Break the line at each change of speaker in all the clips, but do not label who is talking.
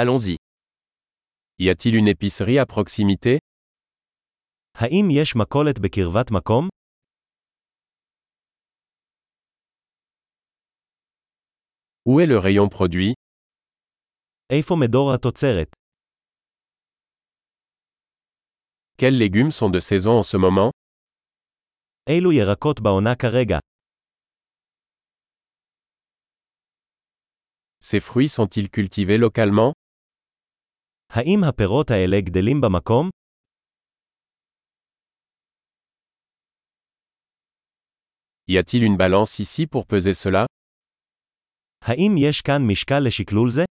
Allons-y. Y a-t-il une épicerie à proximité
האם יש מכולת בקרבת מקום?
Où est le rayon produit
איפה מדור התוצרת?
Quels légumes sont de saison en ce moment
אילו ירקות בעונה כרגע?
Ces fruits sont-ils cultivés localement
האם הפירות האלה גדלים במקום?
Y a-t-il une balance ici pour peser cela
האם יש כאן משקל לשקלול זה?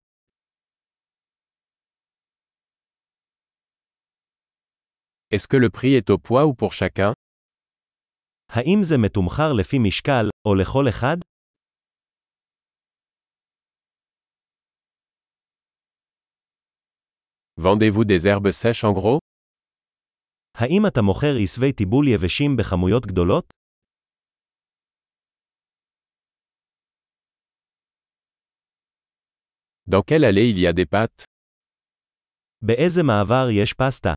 Est-ce que le prix est au poids ou pour chacun
האם זה מתומחר לפי משקל, או לכל אחד?
Vendez-vous des herbes sèches en gros
האם אתה מוכר עשבי טיבול יבשים בכמויות גדולות?
Dans quelle allée il y a des pâtes
באיזה מעבר יש פסטה?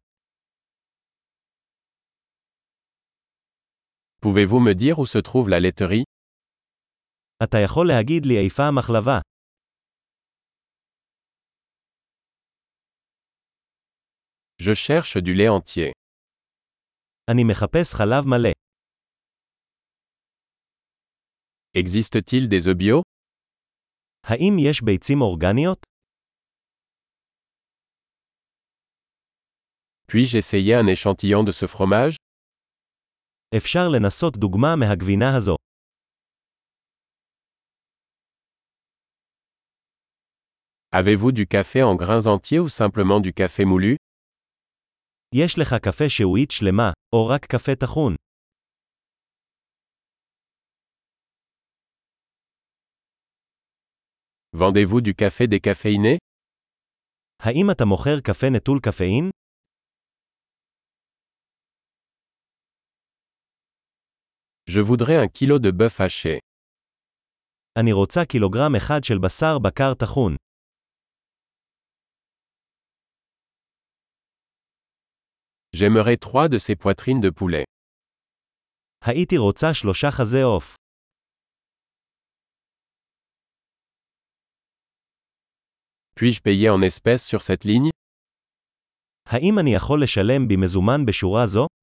Pouvez-vous me dire où se trouve la laiterie
אתה יכול להגיד לי איפה המחלבה?
Je cherche du lait entier.
אני מחפש חלב מלא.
Existe-t-il des œufs bio
האם יש ביצים אורגניות?
Puis-je essayer un échantillon de ce fromage
אפשר לנסות דוגמה מהגבינה הזו.
Avez-vous du café en grains entiers ou simplement du café moulu
יש לך קפה שהועית שלמה, או רק קפה טחון.
Vendez-vous du café décaféiné
האם אתה מוכר קפה נטול קפאין?
Je voudrais un kilo de bœuf haché.
אני רוצה קילוגרם אחד של בשר בקר טחון.
J'aimerais trois de ces poitrines de poulet.
הייתי רוצה שלושה חזה עוף.
Puis-je payer en espèces sur cette ligne
האם אני יכול לשלם במזומן בשורה זו?